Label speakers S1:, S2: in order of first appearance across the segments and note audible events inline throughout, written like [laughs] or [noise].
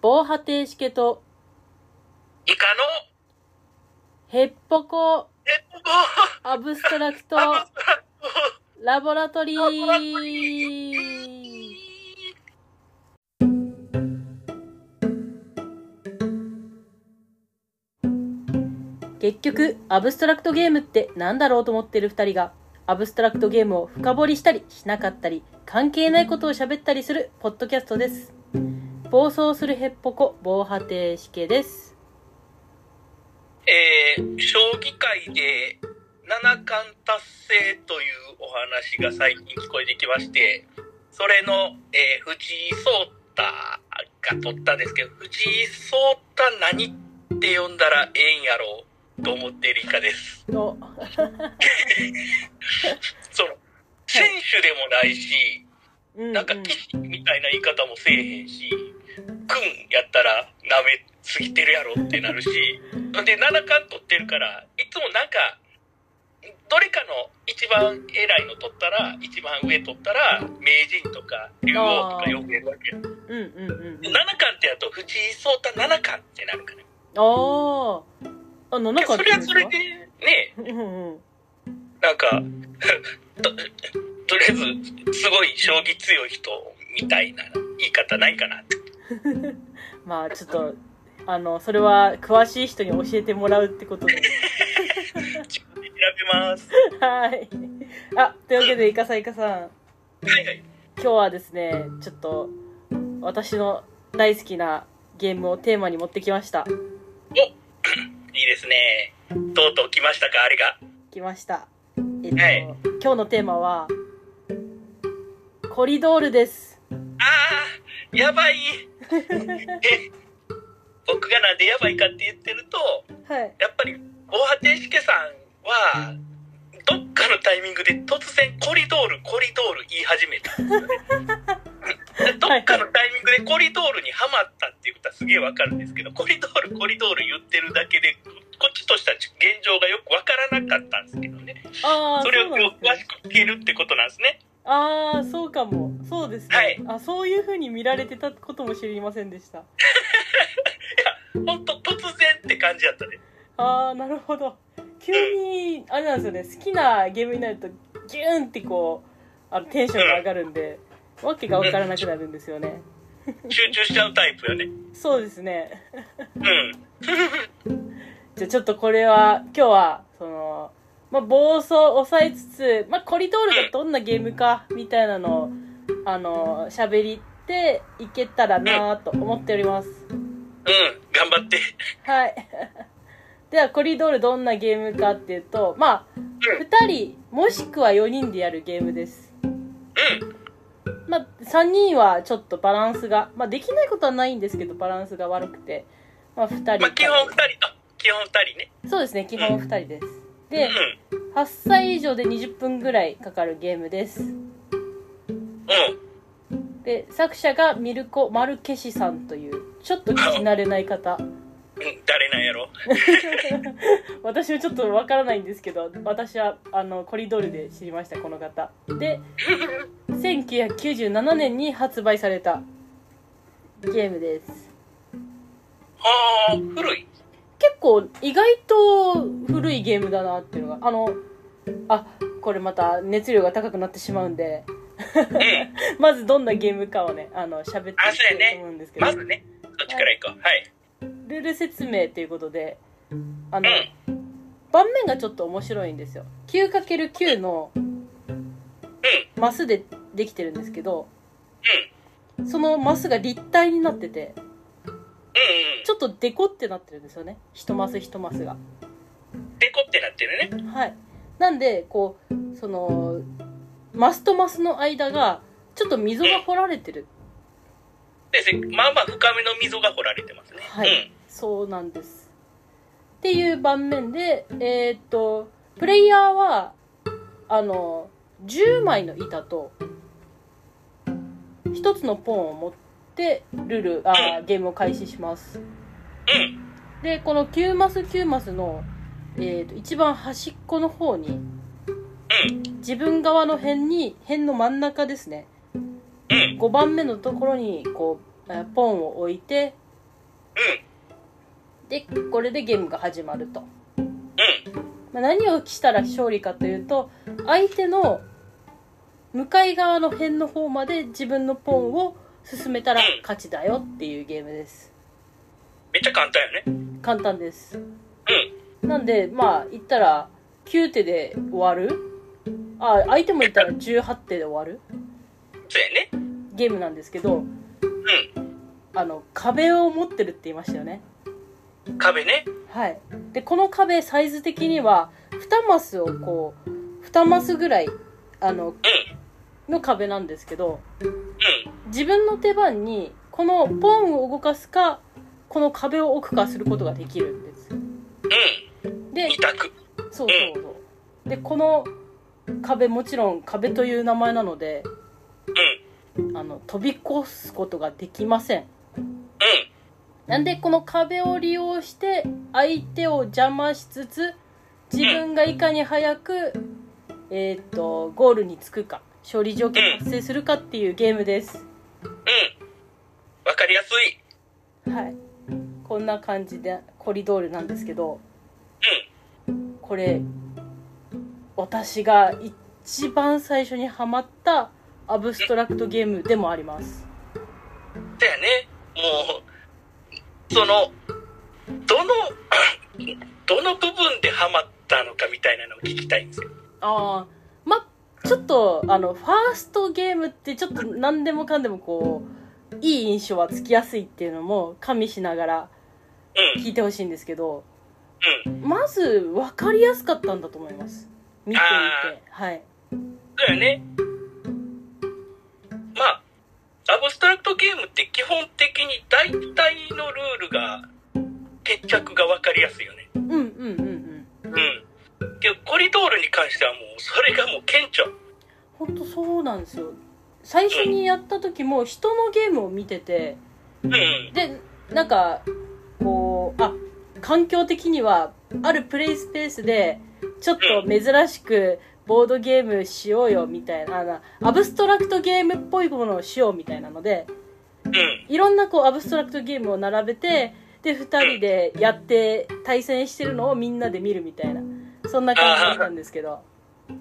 S1: 防波堤しけと、
S2: イカの
S1: ヘッポコ、
S2: ヘッポコ
S1: アブストラクト、
S2: アブストラク
S1: ラボラトリ
S2: ラボラト
S1: ー。結局、アブストラクトゲームってなんだろうと思ってる二人が、アブストラクトゲームを深掘りしたりしなかったり、関係ないことを喋ったりするポッドキャストです。暴走するヘッポコ、防波堤しけです。
S2: えー、将棋界で七冠達成というお話が最近聞こえてきまして、それの、えー、藤井聡太が取ったんですけど、藤井聡太何って呼んだらええんやろうと思っている以下です。
S1: の、
S2: その、選手でもないし、
S1: うん、
S2: なんか
S1: うん
S2: 棋士みたいな言い方もせえへんし、君やったら舐めすぎてるやろってなるし、で、七冠取ってるから、いつもなんか、どれかの一番偉いの取ったら、一番上取ったら、名人とか竜王とか呼べるわけ。で
S1: うんうんうん
S2: 七冠ってやると、藤井聡太七冠ってなるから。
S1: うん。ああ。あ、七
S2: そ
S1: 冠って言うんです
S2: れはそ
S1: か
S2: れで、ね、
S1: うんうん。
S2: なんか、 [laughs] と、とりあえず、すごい将棋強い人みたいな言い方ないかなって。
S1: まあ、ちょっと、あの、それは詳しい人に教えてもらうって
S2: [laughs]
S1: ことで。
S2: 自分で調べます。
S1: はい。あ、というわけで、イカさん、イカさん。
S2: はいはい。
S1: 今日はですねちょっと私の大好きなゲームをテーマに持ってきました
S2: いいですね。とうとう来ましたか、あれが。
S1: 来ましたえっと、
S2: はい
S1: 今日のテーマはコリドールです
S2: あー、
S1: [laughs]
S2: やばい。え僕がなんでやばいかって言ってると、
S1: はい
S2: やっぱり、防波堤しけさんは、どっかのタイミングで突然コリドール、コリドール言い始め
S1: [laughs]
S2: たんですよね。どっかのタイミングでコリドールにハマったっていうことはすげえわかるんですけど、コリドール、コリドール言ってるだけで、こっちとした現状がよくわからなかったんですけどね。
S1: ああ
S2: それを
S1: そうな
S2: 今
S1: ん
S2: 日詳
S1: で
S2: し
S1: すね
S2: く聞けるってことなんですね。
S1: ああそうかもそうですね、
S2: はい
S1: あそういう風に見られてたことも知りませんでした
S2: ほんと突然って感じやったね。
S1: ああなるほど急にあれなんですよね好きなゲームになるとギューンってこうあのテンションが上がるんでわけがわからなくなるんですよね
S2: 集中しちゃうタイプよね。
S1: そうですね
S2: うん。
S1: じゃあちょっとこれは今日はその、まあ、暴走を抑えつつ、まあ、コリドールがどんなゲームかみたいなのをあの喋りっていけたらなと思っております
S2: うん。頑張って。
S1: はい [laughs] ではコリドールどんなゲームかっていうとまあ2人もしくは4人でやるゲームです
S2: うん。
S1: まあ、3人はちょっとバランスが、まあ、できないことはないんですけどバランスが悪くて、まあ、2人
S2: まあ、基本二人と。基本二人ね。
S1: そうですね基本2人です
S2: う
S1: で、
S2: ん。
S1: 8歳以上で20分ぐらいかかるゲームです
S2: うん。
S1: で作者がミルコ・マルケシさんというちょっと聞き慣れない方
S2: うん。誰なんやろ
S1: 私もちょっとわからないんですけど私はあのコリドールで知りましたこの方で1997年に発売されたゲームです
S2: ああ、古い。
S1: 結構意外と古いゲームだなっていうのがあのあこれまた熱量が高くなってしまうんで [laughs]
S2: うん。
S1: まずどんなゲームかをねあの喋っていき
S2: あそう
S1: た
S2: や
S1: い
S2: ね
S1: と思うんですけど、
S2: まずね、そっちから行こう。はい。
S1: ルール説明ということであ
S2: う
S1: の、
S2: ん。
S1: 盤面がちょっと面白いんですよ 9×9 のマスでできてるんですけどそのマスが立体になってて
S2: うん。うん。
S1: ちょっとデコってなってるんですよね一マス一マスが
S2: デコってなってるね。
S1: はいなんでこうそのマスとマスの間がちょっと溝が掘られてる
S2: ですね。まあまあ深めの溝が掘られてますね。
S1: は
S2: うん
S1: い。、そうなんです。っていう盤面で、えーっと、プレイヤーは、あの、10枚の板と、1つのポーンを持って、ルール、あーゲームを開始します。
S2: うん。
S1: で、この9マス9マスの、えーっと、一番端っこの方に、自分側の辺に、辺の真ん中ですね。
S2: うん。
S1: 5番目のところにこうえーポンを置いてでこれでゲームが始まると、
S2: うん
S1: まあ、何をしたら勝利かというと相手の向かい側の辺の方まで自分のポンを進めたら勝ちだよっていうゲームです
S2: めっちゃ簡単よね
S1: 簡単です
S2: う
S1: なんでまあ言ったら9手で終わるあ相手も言ったら18手で終わる
S2: んそうやね
S1: ゲームなんですけど
S2: う
S1: あの壁を持ってるって言いましたよね
S2: ん壁ね
S1: はい、でこの壁サイズ的には2マスをこう2マスぐらいあのの壁なんですけど
S2: うん
S1: 自分の手番にこのポンを動かすかこの壁を置くかすることができるんです
S2: う
S1: で
S2: ん二択
S1: そうそうそうでこの壁もちろん壁という名前なので
S2: うん
S1: あの飛び越すことができません
S2: うん
S1: なんでこの壁を利用して相手を邪魔しつつ自分がいかに早く、えー、とゴールにつくか勝利条件達成するかっていうゲームです、
S2: うんわかりやすい
S1: はい、こんな感じでコリドールなんですけどこれ私が一番最初にハマったアブストラクトゲームでもあります
S2: うんそうやねもうそのどの [clears throat] どの部分でハマったのかみたいなのを聞きたいんですよ
S1: ああまちょっとあのファーストゲームってちょっと何でもかんでもこういい印象はつきやすいっていうのも加味しながら
S2: うん
S1: 聞いてほしいんですけど
S2: うん
S1: まず分かりやすかったんだと思います見ていてはい
S2: そうやねまあアブストラクトゲームって基本的に大体のルールが決着がわかりやすいよね
S1: うんうんうんうん
S2: うんけどコリドールに関してはもうそれがもう顕著
S1: ほんとそうなんですよ最初にやった時も人のゲームを見てて
S2: うん
S1: でなんかこうあ環境的にはあるプレイスペースでちょっと珍しくボードゲームしようよみたいなあのアブストラクトゲームっぽいものをしようみたいなので
S2: うん
S1: いろんなこうアブストラクトゲームを並べてで2人でやって対戦してるのをみんなで見るみたいなそんな感じだったんですけど
S2: うん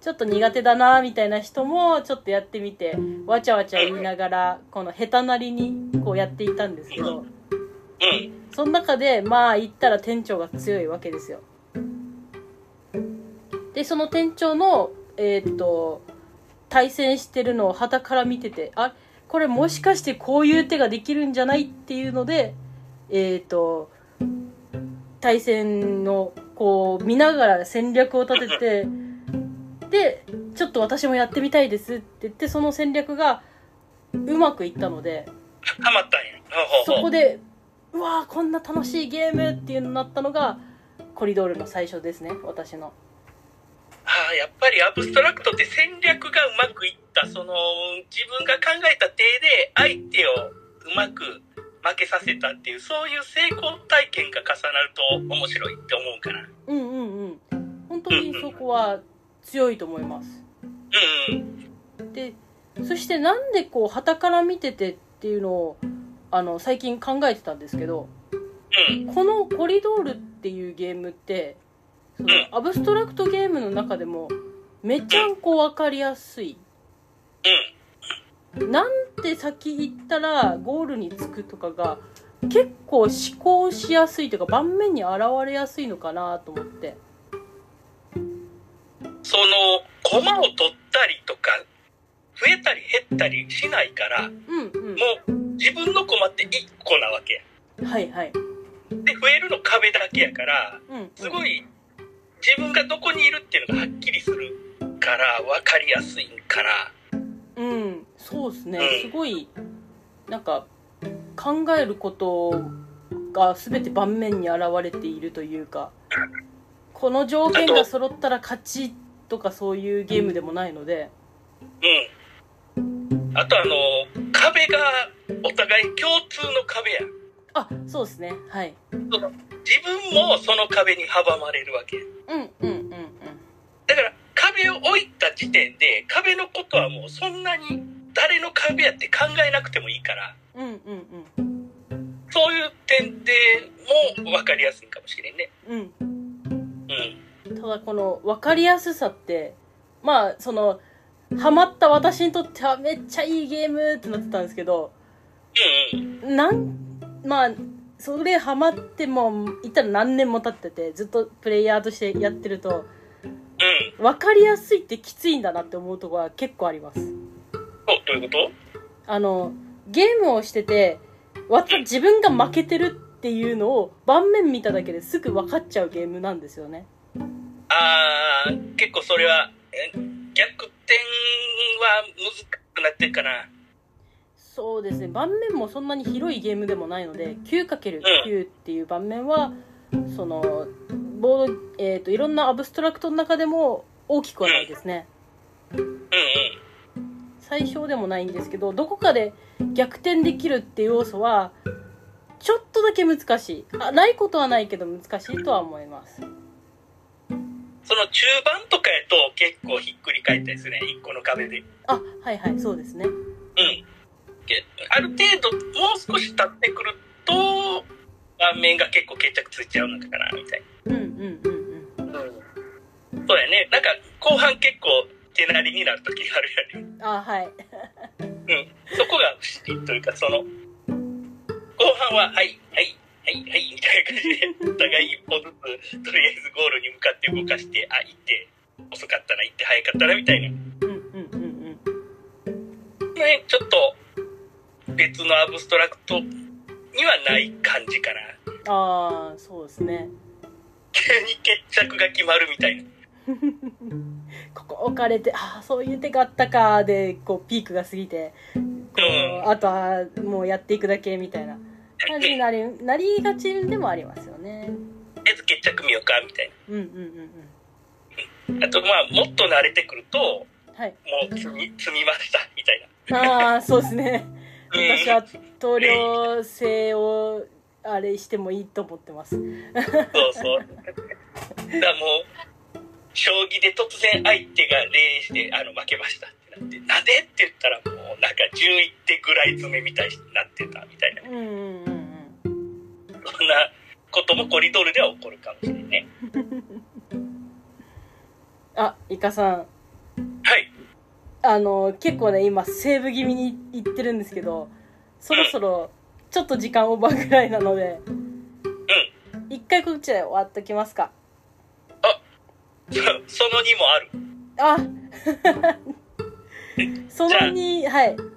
S1: ちょっと苦手だなみたいな人もちょっとやってみてわちゃわちゃ言いながらこの下手なりにこうやっていたんですけど。
S2: うん
S1: その中でまあ言ったら店長が強いわけですよでその店長のえーっと対戦してるのを傍から見ててあこれもしかしてこういう手ができるんじゃないっていうのでえーっと対戦のこう見ながら戦略を立ててでちょっと私もやってみたいですって言ってその戦略がうまくいったので
S2: ハマったんや
S1: そ
S2: ほうほ
S1: こ
S2: うほう
S1: でうわーこんな楽しいゲームっていうのになったのがコリドールの最初ですね私の
S2: ああやっぱりアブストラクトって戦略がうまくいったその自分が考えた手で相手をうまく負けさせたっていうそういう成功体験が重なると面白いって思うから
S1: うんうんうん本当にそこは強いと思います
S2: うんうん
S1: でそしてなんでこう旗から見ててっていうのをあの最近考えてたんですけど
S2: うん
S1: このコリドールっていうゲームってその
S2: うん
S1: アブストラクトゲームの中でもめちゃんこ分かりやすい
S2: うん
S1: なんて先行ったらゴールに着くとかが結構思考しやすいというか盤面に現れやすいのかなと思って
S2: その駒を取ったりとか増えたり減ったりしないからも
S1: うんうん
S2: う自分の駒って1個なわけや
S1: はいはい
S2: で増えるの壁だけやから
S1: うん、うん、
S2: すごい自分がどこにいるっていうのがはっきりするから分かりやすいから
S1: うんそうですね
S2: うん
S1: すごいなんか考えることが全て盤面に現れているというかこの条件が揃ったら勝ちとかそういうゲームでもないので
S2: うんあとあの壁がお互い共通の壁や
S1: あそうですねはい
S2: 自分もその壁に阻まれるわけや
S1: うんうんうんうん
S2: だから壁を置いた時点で壁のことはもうそんなに誰の壁やって考えなくてもいいから
S1: うんうんうん
S2: そういうかりやすいかもしれんね。
S1: うん
S2: うん。
S1: ただこの分かりやすさってまあそのハマった私にとってはめっちゃいいゲームってなってたんですけど
S2: うんうん。
S1: なんまあそれハマってもいったら何年も経っててずっとプレイヤーとしてやってると
S2: うん。
S1: 分かりやすいってきついんだなって思うところは結構あります
S2: お、どういうこと
S1: あのゲームをしててわ自分が負けてるっていうのを盤面見ただけですぐ分かっちゃうゲームなんですよね
S2: あー、結構それは、え逆転は難しくなってるかな。
S1: そうですね盤面もそんなに広いゲームでもないので 9×9 っていう盤面はそのボード、えー、といろんなアブストラクトの中でも大きくはないですね
S2: うんうん。
S1: 最小でもないんですけどどこかで逆転できるっていう要素はちょっとだけ難しいあないことはないけど難しいとは思います
S2: その中盤とかやと結構ひっくり返ったりするね。一個の壁で。
S1: あはいはいそうですね
S2: うん。けある程度、もう少し経ってくると、盤面が結構決着ついちゃうのかな、みたい
S1: うんうんうんうん
S2: な。そうやね。なんか、後半結構、手なりになる時あるよね。
S1: あはい
S2: うん。そこが不思議というか、その、後半は、はい、はい、はい、はい、みたいな感じで、お互い一歩ずつ、とりあえずゴールに向かって動かして、あ、行って、遅かったな、行って、早かったな、みたいな。
S1: うんうんうん
S2: ね、ちょっと別のアブストラクトにはない感じか
S1: う
S2: な。
S1: んああそうですね
S2: 急に決着が決まるみたいな。
S1: ここ置かれてああそういう手があったかーでこうピークが過ぎてこ
S2: う
S1: うあとはもうやっていくだけみたいな感じになりなりがちでもありますよね
S2: とりあえず決着見ようかみたい
S1: うんうんうん
S2: な。あとまあもっと慣れてくると、も
S1: うんはいう
S2: 積み積みましたみたい
S1: あ
S2: な。
S1: あそうですね
S2: うん
S1: 私は投了制をあれしてもいいと思ってます
S2: そうそう。だからもう、将棋で突然相手が礼して、あの、負けましたってなって、なぜって言ったらもうなんか11手ぐらい詰めみたいになってたみたいな
S1: う。んうんうんうん
S2: そんなこともコリドールでは起こるかもしれないね。
S1: あイカさん
S2: はい。
S1: あの結構ね今セーブ気味に行ってるんですけどそろそろちょっと時間オーバーぐらいなので
S2: うん。
S1: 一回こっちで終わっときますか
S2: そ [laughs] その2もある。
S1: あ [laughs] そのにはい
S2: じゃあ今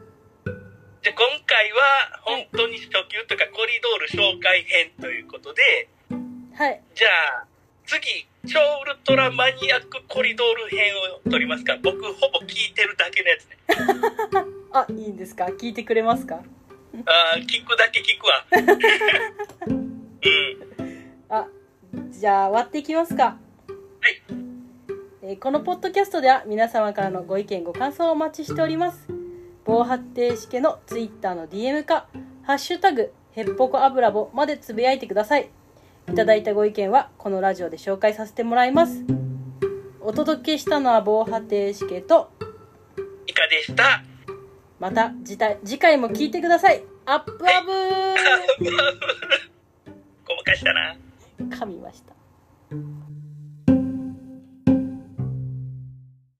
S2: 回は本当に初級とかコリドール紹介編ということで、
S1: はい
S2: じゃあ次、超ウルトラマニアックコリドール編を撮りますか。僕ほぼ聞いてるだけのやつね。
S1: あいいんですか聞いてくれますか
S2: あー聞くだけ聞くわ。 [laughs] うん。
S1: あじゃあ終わっていきますか
S2: はい。
S1: えーこのポッドキャストでは皆様からのご意見ご感想をお待ちしております防波堤式のツイッターの DM か「ハッシュタグへっぽこ油ぼ」までつぶやいてくださいいただいたご意見はこのラジオで紹介させてもらいますお届けしたのは防波堤式と
S2: いかでした。
S1: また次回次回も聞いてくださいアップアブ
S2: ごまかしたな。
S1: ー噛みました